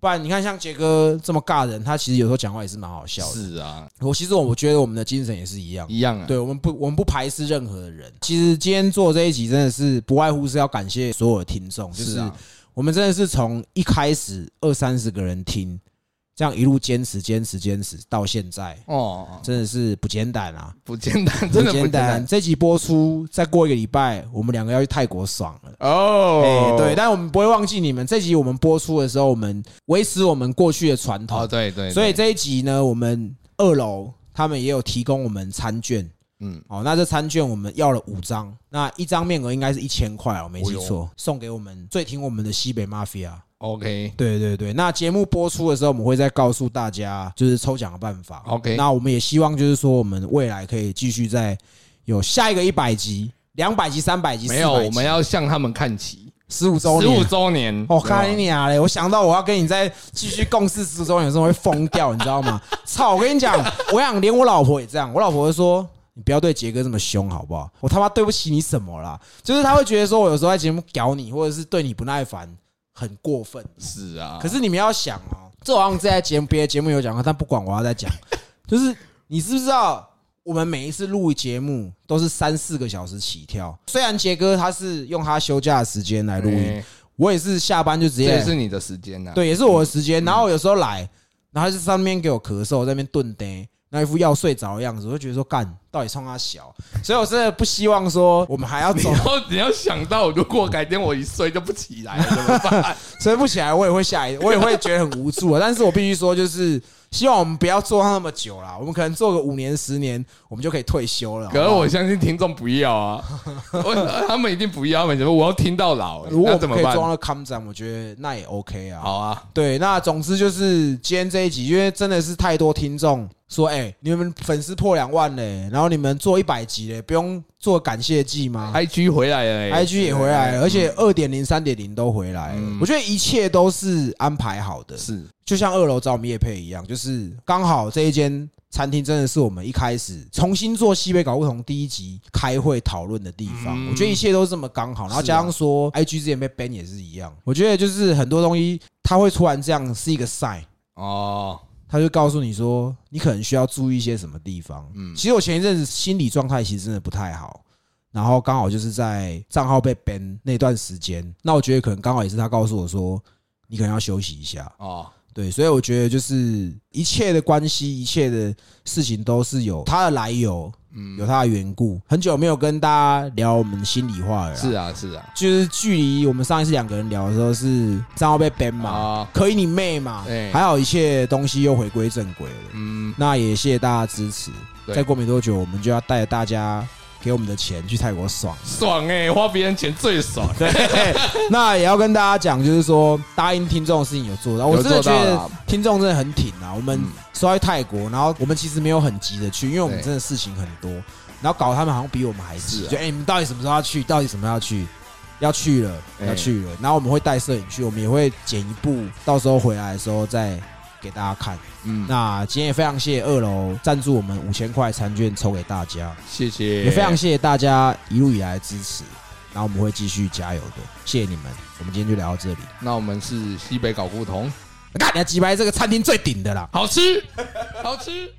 Speaker 1: 不然你看像杰哥这么尬的人，他其实有时候讲话也是蛮好笑的。
Speaker 2: 是啊，
Speaker 1: 我其实我觉得我们的精神也是一样，
Speaker 2: 一样啊，
Speaker 1: 对我们不我们不排斥任何的人。其实今天做这一集真的是不外乎是要感谢所有的听众，就是
Speaker 2: 是啊，
Speaker 1: 我们真的是从一开始二三十个人听，这样一路坚持坚持坚持到现在，
Speaker 2: 哦，
Speaker 1: 真的是不简单啊！
Speaker 2: 不简单，真的不
Speaker 1: 简
Speaker 2: 简
Speaker 1: 单。
Speaker 2: 单
Speaker 1: 这集播出，再过一个礼拜，我们两个要去泰国爽了。
Speaker 2: 哦
Speaker 1: 哎，，对，但我们不会忘记你们。这集我们播出的时候，我们维持我们过去的传
Speaker 2: 哦，
Speaker 1: 统，
Speaker 2: 对对，
Speaker 1: 所以
Speaker 2: 对
Speaker 1: 这一集呢，我们二楼他们也有提供我们餐券。
Speaker 2: 嗯，
Speaker 1: 哦，那这餐券我们要了五张，那一张面额应该是一千块，我没记
Speaker 2: 哦
Speaker 1: 错，送给我们最听我们的西北 mafia。
Speaker 2: OK
Speaker 1: 对对对，那节目播出的时候，我们会再告诉大家就是抽奖的办法。
Speaker 2: OK
Speaker 1: 那我们也希望就是说，我们未来可以继续再有下一个一百集、两百集、三百集、
Speaker 2: 没有，我们
Speaker 1: 要
Speaker 2: 要向他们看齐，
Speaker 1: 十五
Speaker 2: 十
Speaker 1: 周
Speaker 2: 五
Speaker 1: 年。
Speaker 2: 周年，哦
Speaker 1: 我看你啊嘞！我想到我要跟你再继续共事十五周年的时候会疯掉，你知道吗？ 操！我跟你讲，我想连我老婆也这样，我老婆会说。你不要对杰哥这么凶，好不好？我他妈对不起你什么啦？就是他会觉得说，我有时候在节目屌你，或者是对你不耐烦，很过分。
Speaker 2: 是啊，
Speaker 1: 可是你们要想哦，这我好像在节目别的节目有讲过，但不管我要再讲， 就是你知不知道，我们每一次录节目都是三四个小时起跳。虽然杰哥他是用他休假的时间来录音，
Speaker 2: 哎
Speaker 1: 我也是下班就直
Speaker 2: 这也
Speaker 1: 接
Speaker 2: 是你的时间呐，，
Speaker 1: 对，也是我的时间。然后有时候来，然后他就上面给我咳嗽，在那边顿呆，那一副要睡着的样子，我就觉得说干，到底冲他小。所以我真的不希望说我们还要 走
Speaker 2: 然后你要想到，如果改天我一睡就不起来了，怎 么办？
Speaker 1: 撑不起来，我也会吓一，我也会觉得很无助啊。但是我必须说，就是希望我们不要做那么久啦，我们可能做个五年、十年，我们就可以退休了。
Speaker 2: 可是
Speaker 1: 好不好
Speaker 2: 我相信听众不要啊，我他们一定不要，他们怎么我要听到老，欸
Speaker 1: 如果
Speaker 2: 那
Speaker 1: 我
Speaker 2: 怎
Speaker 1: 们
Speaker 2: 么
Speaker 1: 可以
Speaker 2: 办？
Speaker 1: 装到康展，我觉得那也 OK 啊。
Speaker 2: 好啊，
Speaker 1: 对，那总之就是今天这一集，因为真的是太多听众说，哎、你们粉丝破两万嘞，然后你们做一百集嘞，不用做感谢祭吗？
Speaker 2: IG 回来了、欸、
Speaker 1: IG 也回来了，而且
Speaker 2: 嗯
Speaker 1: 二点零、三点零都回来了。我觉得一切都是安排好的，
Speaker 2: 嗯是
Speaker 1: 就像二楼找我们叶配一样，就是刚好这一间餐厅真的是我们一开始重新做西北搞不同第一集开会讨论的地方。
Speaker 2: 嗯
Speaker 1: 我觉得一切都是这啊么刚好，然后加上说 IG 之前被 ban 也是一样，我觉得就是很多东西它会突然这样是一个 sign。
Speaker 2: 哦，
Speaker 1: 他就告诉你说，你可能需要注意一些什么地方。嗯，其实我前一阵子心理状态其实真的不太好，然后刚好就是在账号被 ban 那段时间，那我觉得可能刚好也是他告诉我说，你可能要休息一下。
Speaker 2: 哦，
Speaker 1: 对，所以我觉得就是一切的关系，一切的事情都是有它的来由，嗯，有它的缘故。很久没有跟大家聊我们的心里话了，
Speaker 2: 是，啊，是啊，
Speaker 1: 就是距离我们上一次两个人聊的时候是账号被 ban 嘛，
Speaker 2: 啊，
Speaker 1: 可以你妹嘛！
Speaker 2: 对
Speaker 1: 还好一切东西又回归正轨了。
Speaker 2: 嗯，
Speaker 1: 那也谢谢大家支持。
Speaker 2: 对。
Speaker 1: 再过没多久，我们就要带着大家给我们的钱去泰国爽
Speaker 2: 爽哎、花别人钱最爽，
Speaker 1: 对，那也要跟大家讲，就是说答应听众的事情有做到。我真的
Speaker 2: 有
Speaker 1: 觉
Speaker 2: 做到
Speaker 1: 得
Speaker 2: 啦
Speaker 1: 听众真的很挺啊。我们
Speaker 2: 嗯
Speaker 1: 说到去泰国，然后我们其实没有很急着去，因为我们
Speaker 2: 对
Speaker 1: 真的事情很多，然后搞得他们好像比我们还急。
Speaker 2: 是啊
Speaker 1: 就哎，你们到底什么时候要去？到底什么时候要去？要去了，
Speaker 2: 哎
Speaker 1: 要去了。然后我们会带摄影去，我们也会剪一部，到时候回来的时候再给大家看。
Speaker 2: 嗯，
Speaker 1: 那今天也非常谢谢二楼赞助我们五千块餐券抽给大家，
Speaker 2: 谢谢，
Speaker 1: 也非常谢谢大家一路以来的支持，然后我们会继续加油的，谢谢你们。我们今天就聊到这里。
Speaker 2: 那我们是西北搞不同，
Speaker 1: 看，你要击败这个餐厅最顶的啦。
Speaker 2: 好吃，好吃。